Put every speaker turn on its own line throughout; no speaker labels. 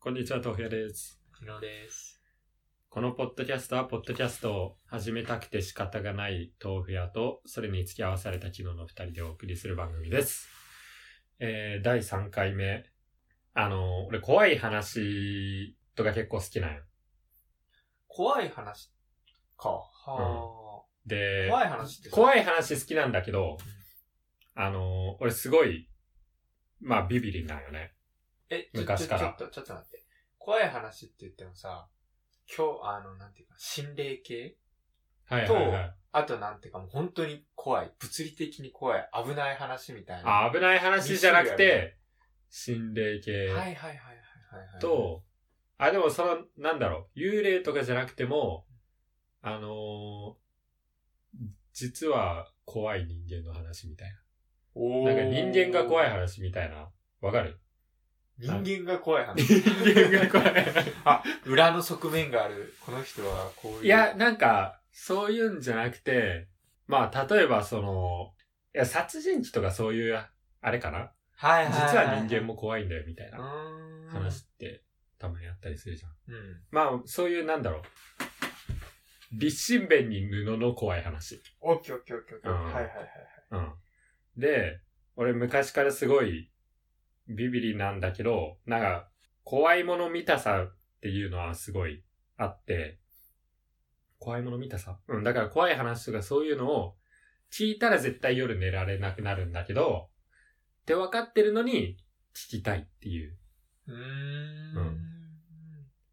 こんにちは、と平です。
伊野です。
このポッドキャストは、ポッドキャストを始めたくて仕方がない豆腐屋と、それに付き合わされた昨日の二人でお送りする番組です。えー、第3回目。あの、俺、怖い話とか結構好きなんよ。
怖い話か。はあ、
で、
怖い話って
怖い話好きなんだけど、あの、俺すごい、まあ、ビビリなんよね。
え、ちょ
昔から
ちょちょっと、ちょっと待って。怖い話って言ってもさ、今日、あの、なんていうか、心霊系
はい
と
はいはい。
あとなんていうか、もう本当に怖い。物理的に怖い。危ない話みたいな。
あ、危ない話じゃなくて、心霊系。
はいはいはいはいはい、はい。
と、あ、でもその、なんだろう、幽霊とかじゃなくても、あのー実は怖い人間の話みたい
おー、
な。なんか人間が怖い話みたいな。わかる
人間が怖い話。
人間が怖い。
あ、裏の側面がある。この人はこういう。
いや、なんか、そういうんじゃなくて、まあ、例えばその、いや、殺人鬼とかそういう、あれかな
はいはい
実
はい、
は人間も怖いんだよ、みたいな
うーん。
話って、たまにあったりするじゃん。
うん。
まあ、そういう、なんだろう。立身弁に布の怖い話。
オッケーオッケーオッケーオッケー。
うん
はいはいはいはい。
うん。で、俺昔からすごいビビリなんだけど、なんか、怖いもの見たさっていうのはすごいあって、怖いもの見たさうん、だから怖い話とかそういうのを聞いたら絶対夜寝られなくなるんだけど、って分かってるのに聞きたいっていう、
うー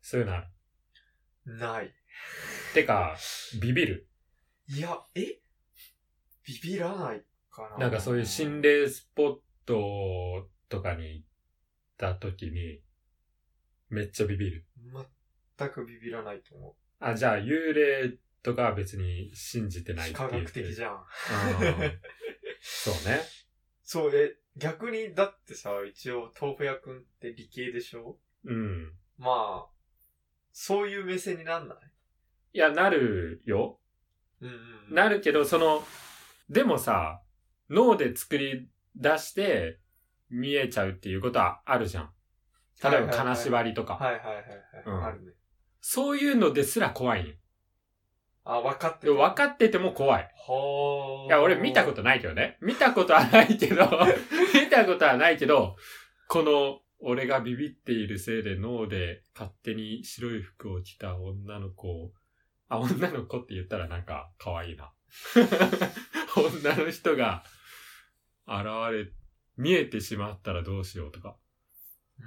そういうのある。
ん。ない。
てか、ビビる。
いや、えビビらないかな。
なんかそういう心霊スポットとかに行った時に、めっちゃビビる。
全くビビらないと思。
あ、じゃあ、幽霊とかは別に信じてないうってい
科
う。
学的じ
ゃん。
ゃん。
そうね。
そう、え、逆に、だってさ、一応、豆腐屋くんって理系でしょ
うん。
まあ、そういう目線になんない
いや、なるよ。
うんうん。
なるけど、その、でもさ、脳で作り出して見えちゃうっていうことはあるじゃん。例えば、金縛りとか。
はいはいはいはい。
うん
あるね。
そういうのですら怖いんよ
あ、分かって
で
る。
も分かってても怖い。
はー。
いや、俺見たことないけどね。見たことはないけ ど、見たことはないけど、この、俺がビビっているせいで脳で勝手に白い服を着た女の子を、あ、女の子って言ったらなんか可愛い な。女の人が現れ、見えてしまったらどうしようとか。
う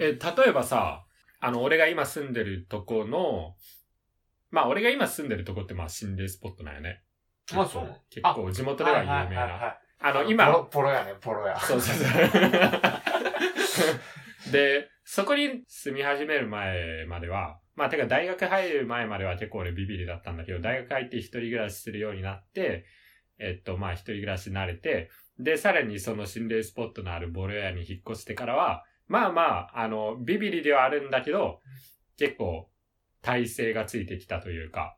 ーん。
え、例えばさ、あの、俺が今住んでるとこの、まあ、俺が今住んでるとこってまあ心霊スポットなんよね。
まあそうなの
結構地元では有名
はいはいは。
ない
はい
あの、
ボ
今、
ロ、ボロやね、ボロや。
そうそう そう。で、そこに住み始める前までは、まあ、てか大学入る前までは結構俺ビビリだったんだけど、大学入って一人暮らしするようになって、えっと、まあ、一人暮らし慣れて、で、さらにその心霊スポットのあるボロ屋に引っ越してからは、まあまあ、あの、ビビリではあるんだけど、結構、体勢がついてきたというか、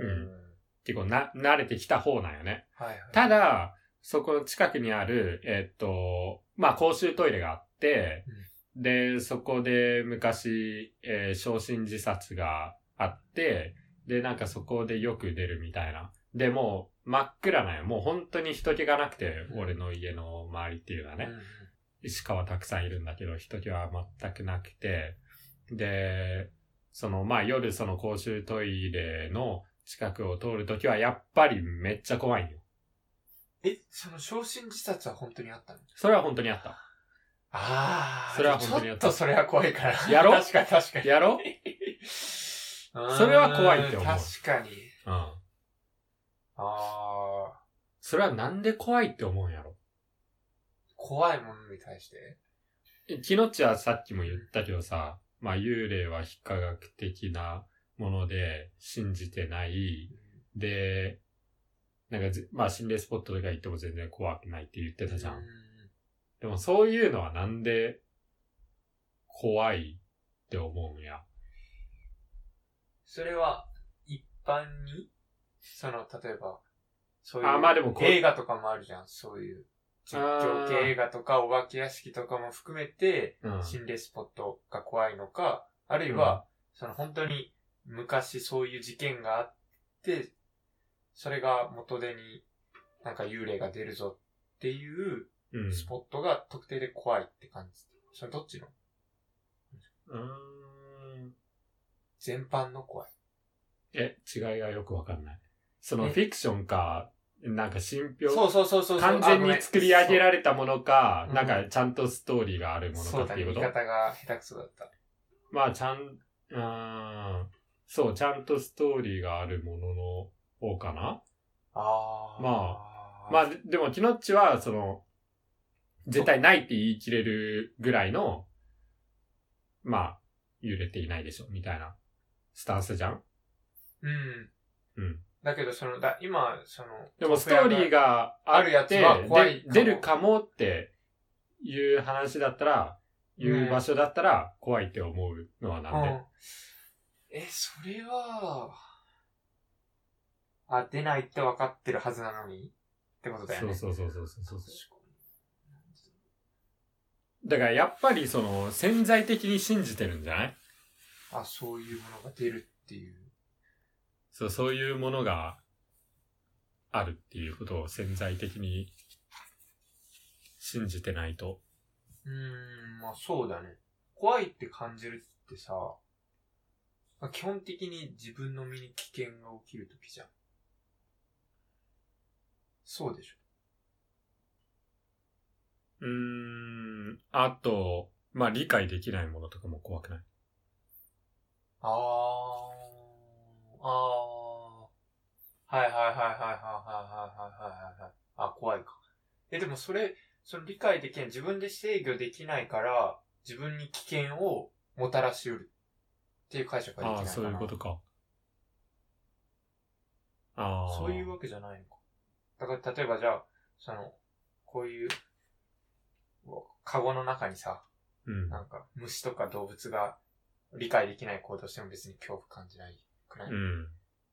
う
うんん。結構な、慣れてきた方なんよね。
はいはい。
ただ、そこの近くにある、えっと、まあ、公衆トイレがあって、で、そこで昔、えー焼身自殺があって、で、なんかそこでよく出るみたいな。で、もう真っ暗なんよ。もう本当に人気がなくて、
うん
俺の家の周りっていうのは
うん
ね。鹿はたくさんいるんだけど、人気は全くなくて、で、その、まあ、夜その公衆トイレの近くを通るときは、やっぱりめっちゃ怖いんよ。
え、その昇進自殺は本当にあったの
それは本当にあった。
あー
それは本当にあった
ちょっとそれは怖いから。
やろ
確かに確 かに。
やろ
そ
れは怖いって思う
確かに。
うん。
あー
それはなんで怖いって思うんやろ。
怖いものに対して。
キノッチはさっきも言ったけどさ、まあ幽霊は非科学的なもので信じてない。で、なんかぜまあ心霊スポットとか行っても全然怖くないって言ってたじゃ。
うん
でもそういうのはなんで怖いって思うんや。
それは、一般にその、例えば、そういう。
あまあでもこう
映画とかもあるじゃん、そういう。絶叫系映画とかお化け屋敷とかも含めて、
うん。
心霊スポットが怖いのか、あるいは、その本当に昔そういう事件があって、それが元手になんか幽霊が出るぞっていう
うん。
スポットが特定で怖いって感じ。それどっちの
うーん。
全般の怖い。
え、違いがよくわかんない。その
え
フィクションか、なんか信憑
そうそうそうそうそう。
完全に作り上げら
れ
れたものか、
うん
なんかちゃんとストーリーがあるもの
そ
か
う
っ
だ
てい
ね。
う
言
こ
い
と
方が下手くそだった。
まあちゃん、うーん、そう、ちゃんとストーリーがあるものの方かな。
あ
ま
あ
まあででも、キノッチは、その、絶対ないって言い切れるぐらいの、まあ、揺れていないでしょ、みたいな、スタンスじゃん
うん。
うん。
だけど、その、だ今、その、
でも、ストーリーがあって、
あるやつは怖
で
いかも
出るかもっていう話だったら、いう場所だったら、怖いって思うのはなんで、
うん。え、それは、あ、出ないって分かってるはずなのにってことだよ
そ
ね。
うそうそうそうそうそう。
確か
だからやっぱりその潜在的に信じてるんじゃない
にあ、そういうものが出るっていう。
そう、そういうものがあるっていうことを潜在的に信じてないと。
うーん、まあそうだね。怖いって感じるってさ、まあ、基本的に自分の身に危険が起きるときじゃん。そうでしょ。
うーん、あと、まあ理解できないものとかも怖くない。
あー、あー。はいはいはいはいはいはいはいはいはいはい。あ、怖いか。え、でもそれ、その理解できない、自分で制御できないから、自分に危険をもたらしうる。っていう解釈ができ
あ
な
あ、
いかな。
そういうことか。ああ。
そういうわけじゃないのか。だから、例えばじゃあ、その、こういう、うわカゴの中にさ、
うん。
なんか、虫とか動物が理解できない行動しても別に恐怖感じないくらい。
うん。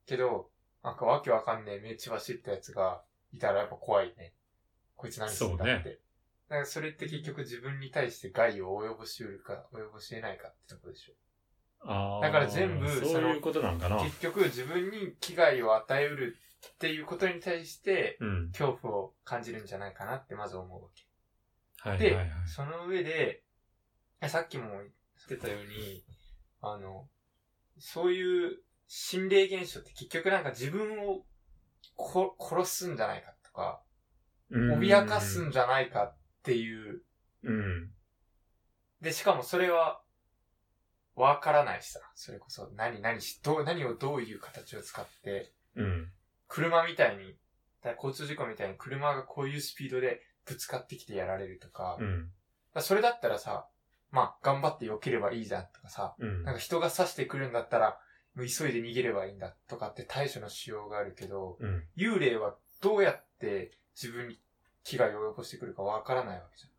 けど、なんかわけわかんねえ目血走ったやつがいたらやっぱ怖いね。こいつ何すんだって。
そ
だからそれって結局自分に対して害を及ぼしうるか、及ぼし得ないかってとこでしょ。
ああ。
だから全部
そういうことなんかな。
結局自分に危害を与えうるっていうことに対して
うん。
恐怖を感じるんじゃないかなってまず思うわけ。
はいはい
で
はい。、
その上で、えさっきも言ってたように、あの、そういう心霊現象って結局なんか自分をこ殺すんじゃないかとか、
うん
脅かすんじゃないかっていう。
うん。
で、しかもそれは、わからないしさ。それこそ、何、何し、どう、何をどういう形を使って、
うん。車
車みたいに、だ交通事故みたいに車がこういうスピードでぶつかってきてやられるとか、
うん。
まあそれだったらさ、まあ、頑張って避ければいいじゃんとかさ、
うん
なんか人が刺してくるんだったら、もう急いで逃げればいいんだとかって対処のしようがあるけど、
うん。
幽霊はどうやって自分に危害を及ぼしてくるかわからないわけじゃん。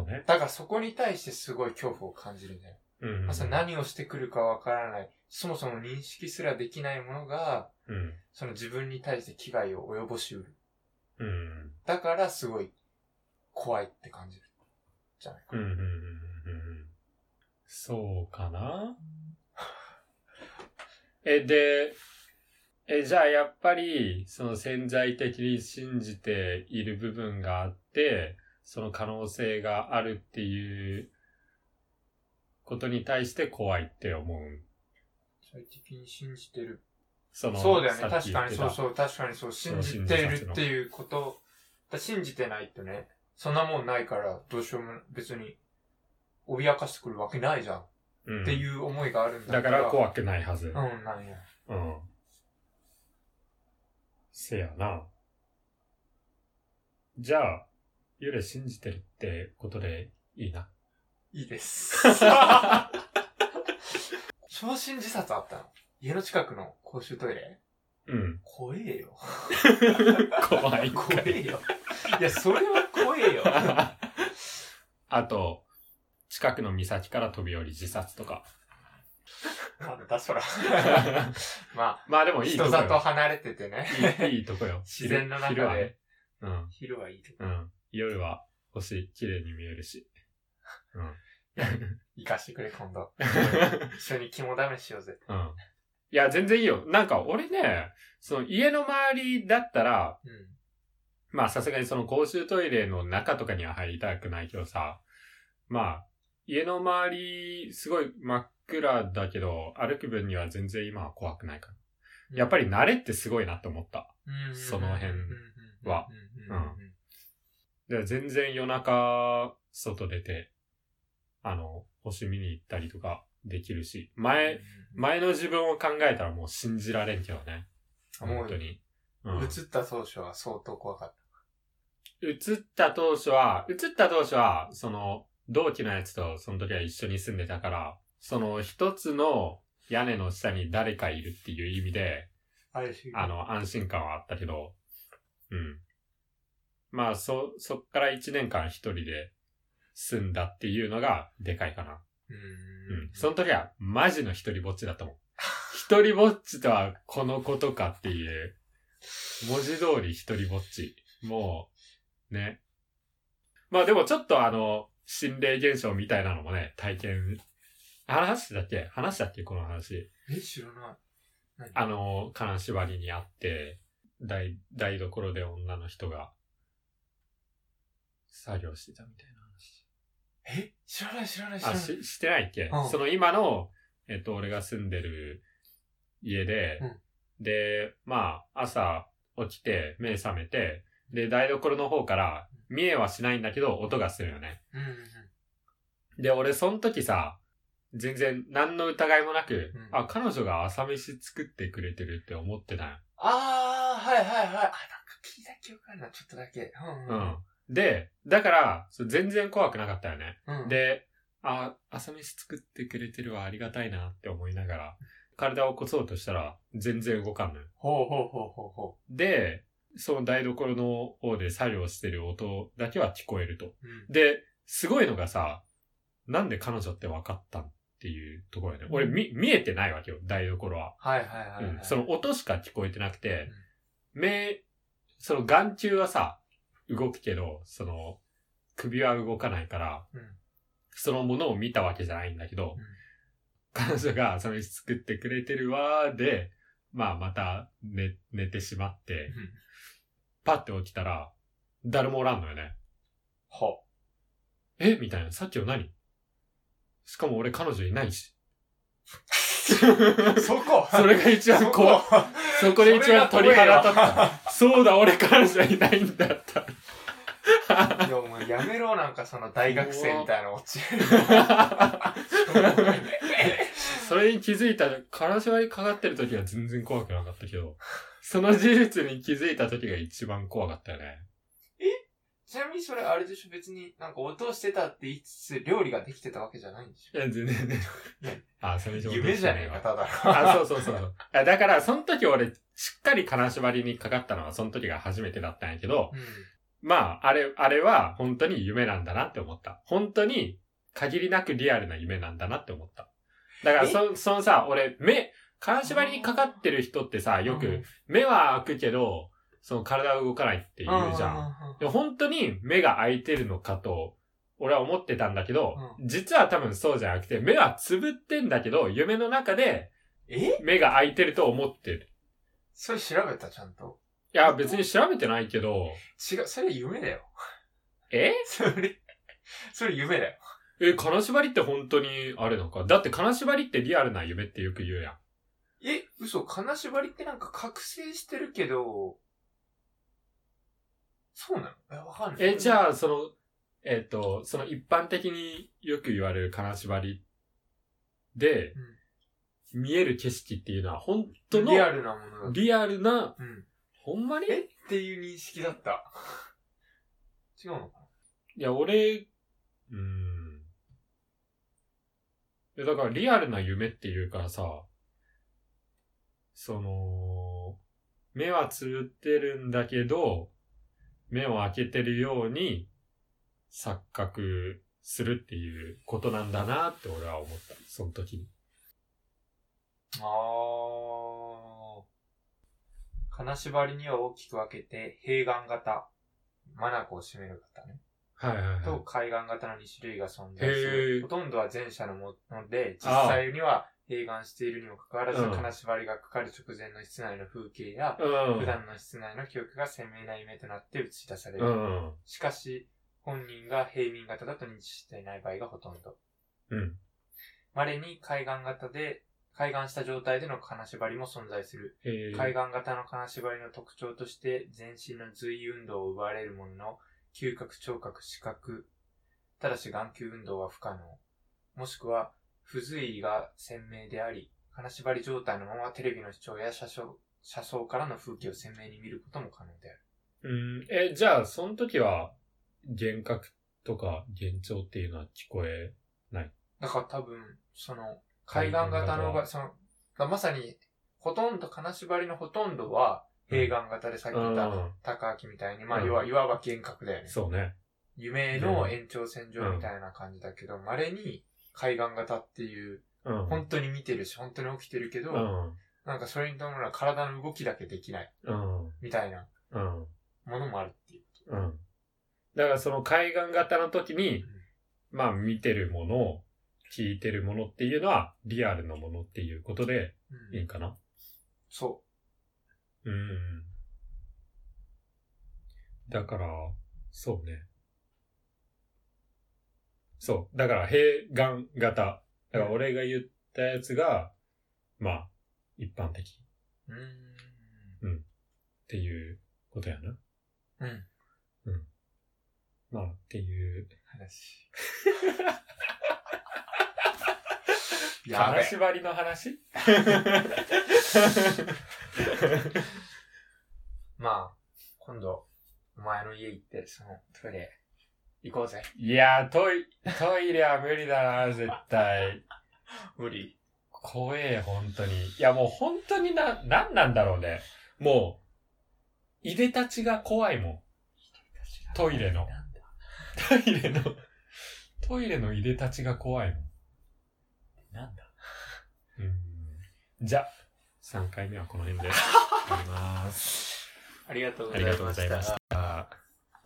そうね。
だからそこに対してすごい恐怖を感じるんだよ。
うん。
まあ、その何をしてくるかわからない、そもそも認識すらできないものが、
うん。
その自分に対して危害を及ぼしうる。
うん。
だからすごい怖いって感じる。じゃないか
うん。う
な。
ん。うんうんそうかなえ、で、え、じゃあやっぱり、その潜在的に信じている部分があって、その可能性があるっていうことに対して怖いって思う。
最適に信じてる
その、
そうだよね。
さっき言
確
っ
か
て
に
た
そうそう。確かにそう。信じているっていうこと。だ信じてないとね、そんなもんないから、どうしようも別に、脅かしてくるわけないじゃん。っ
うん
ていう思いがあるんだ
だか
か。
らら怖くないはず。
うん、なんや。
うん。せやな。じゃあ、幽霊信じてるってことでいい な。
い いです。昇進自殺あったの家の近くの公衆トイレ
うん。
怖えよ。
怖い。
怖えよ。いや、それは怖えよ。
あと、近くの岬から飛び降り自殺とか。
なんだ そら。ま
まあで
あ、
もいいと
人
こ
里
よ。
離れててね。
いいいいとこよ。
自然の中
昼はね
で。
うん。
昼はいいとこ
うん。夜は星綺麗に見える し。うん。
行かしてくれ、今度。一緒に肝試しようぜ。
うん。いや、全然いいよ。なんか俺ね、その家の周りだったら、
うん。
まあさすがにその公衆トイレの中とかには入りたくないけどさ、まあ、家の周り、すごい真っ暗だけど、歩く分には全然今は怖くないから。やっぱり慣れってすごいなって思った。
うん、
その辺は
うん。うんうんうん
で全然夜中、外出て、あの、星見に行ったりとかできるし、前、、前の自分を考えたらもう信じられんけどね。
もう
本当に。う
映
ん
った当初は相当怖かっ
移った当初は、移った当初は、その、同期のやつとその時は一緒に住んでたから、その一つの屋根の下に誰かいるっていう意味で、
た。あれし
あの、安心感はあったけど、うん。まあ、そ、そっから一年間一人で住んだっていうのがでかいかな。
うん
うん。その時は、マジの一人ぼっちだったも ん。一人ぼっちとはこのことかっていう、文字通り一人ぼっち。もう、ね。まあでもちょっとあの、心霊現象みたいなのもね、体験、話したっけ話したっけこの話。
え、知らない。何
あの、金縛りにあって、台、台所で女の人が、作業してたみたいな話。
え知らない知らない知ら
あ、
ない。
し、してないっけ、
うん
その今の、えっと、俺が住んでる家で、
うん
で、まあ、朝起きて、目覚めて、で、台所の方から、見えはしないんだけど、音がするよね。
うんうんうん。
で、俺、その時さ、全然、何の疑いもなく、
うん
あ、彼女が朝飯作ってくれてるって思ってたよ。
あー、はいはいはい。あ、なんか聞いた記憶あるな、ちょっとだけ。う
うんん。で、だから、そう全然怖くなかったよね。
うん。うん、
で、あ、朝飯作ってくれてるわ、ありがたいなって思いながら、体を起こそうとしたら、全然動かんのよ。
ほうほうほうほうほ
で、その台所の方で作業してる音だけは聞こえると。
う。うん
で、すごいのがさ、なんで彼女って分かったんっていうところよね。俺、み、見えてないわけよ、台所は。
はいはいはい、はい
うん、その音しか聞こえてなくて、目、その眼球はさ、動くけど、その、首は動かないから、
うん。うん。
そのものを見たわけじゃないんだけど、
うん
彼女がその飯作ってくれてるわーで、まあまた寝、寝てしまって、パッて起きたら、誰もおらんのよね。
ほ
えみたいな。さっきの何しかも俺彼女いない し。
う。そこ
それが一番怖い。そこで一番鳥肌立った。そうだ、俺彼女いないんだった。
た。いや、お前やめろ、なんかその大学生みたいな落ち。
それに気づいた、からし割りかかってる時は全然怖くなかったけど、その事実に気づいた時が一番怖かったよね。
ちなみにそれあれでしょ別になんか音をしてたって言いつつ料理ができてたわけじゃないんでし
いや、全然ね。あ、それ以
ょ
上
夢じゃねえか、ただ
あ、そうそうそうそう。いやだから、その時俺、しっかり金縛りにかかったのは、その時が初めてだったんやけど、
の。うん。
まあ、あれ、あれは本当に夢なんだなって思った。本当に限りなくリアルな夢なんだなって思った。だから、そ、そのさ、俺、目、金縛りにかかってる人ってさ、よく、目は開くけど、その体は動かないって
う
言うじゃん。で本当に目が開いてるのかと、俺は思ってたんだけど、実は多分そうじゃなくて、目はつぶってんだけど、夢の中で
え
目が開いてると思ってる。
それ調べた、ちゃんと。
いや、別に調べてないけど、
違う、それ夢だよ。
え
それ、それ夢だよ。
え、金縛りって本当にあれなのかだって金縛りってリアルな夢ってよく言うやん。
え、嘘、金縛りってなんか覚醒してるけど、そうなのえ、わかんない。
え、じゃ
あ、
あ、その、えっ、と、その一般的によく言われる金縛りで、見える景色っていうのは本当の
リアルなものだ。
リアルな、
うん。
ほんまに
えっていう認識だった。 違うのか
いや、俺、うーん。いやだからリアルな夢っていうからさ、その、目はつぶってるんだけど、目を開けてるように錯覚するっていうことなんだなって俺は思った。その時に。
なあー。金縛りには大きく分けて、平眼型、マナコを占める方ね。
はいはいはい。
と海岸型の2種類が存在する
へー。
ほとんどは前者のもので、実
ああ
際には併願しているにもかかわらず、
うん
金縛りがかかる直前の室内の風景や、
うん。
普段の室内の記憶が鮮明な夢となって映し出され
う
る。
ん。
しかし、本人が平民型だと認知していない場合がほとんど。
うん。
稀に海岸型で、海岸した状態での金縛りも存在する。
へー
海岸型の金縛りの特徴として全身の随意運動を奪われるものの嗅覚聴覚視覚ただし眼球運動は不可能もしくは不随意が鮮明であり金縛り状態のままテレビの視聴や車掌車窓からの風景を鮮明に見ることも可能である
うん。え、じゃあ、その時は、幻覚とか幻聴っていうのは聞こえ、
だから多分その海岸型
海岸型
のが
は
そのがまさにほとんど金縛りのほとんどは平眼型でさっき言っ
う
た
ん
高明みたいに、まあ、
うん
要はいわば幻覚だよね。
そうね。
夢の延長線上みたいな感じだけど、稀に海岸型っていう、
うん。
本当に見てるし、本当に起きてるけど、
うん。
なんかそれに伴う体の動きだけできない、
うん。
みたいな
うん。
ものもあるっていう。
うん。だから、その海岸型の時に、まあ、見てるものを、聞いてるものっていうのは、リアルのものっていうことで、
うん
いいかな
そ
うん。だから、そうね。そう。だから、平眼型。だから、俺が言ったやつが、まあ、一般的っ
う。うーん。
ていうことやな。
うん。
まあ、っていう。
話。やべ
金縛りの話
まあ、今度、お前の家行って、そのトイレ、行こうぜ。
いや、トイ、トイレは無理だな、絶対。
無理。
怖え、本当に。いや、もう本当にな、なんなんだろうね。もう、いでたちが怖いもん。トイレの
なんだ
トイレの、トイレのいでたちが怖いもん。
なんだ
うん。じゃ、3回目はこの辺で。終わります。
ありがとうご
あ
ざい
り
ま
が
し
とうござ
た
いました。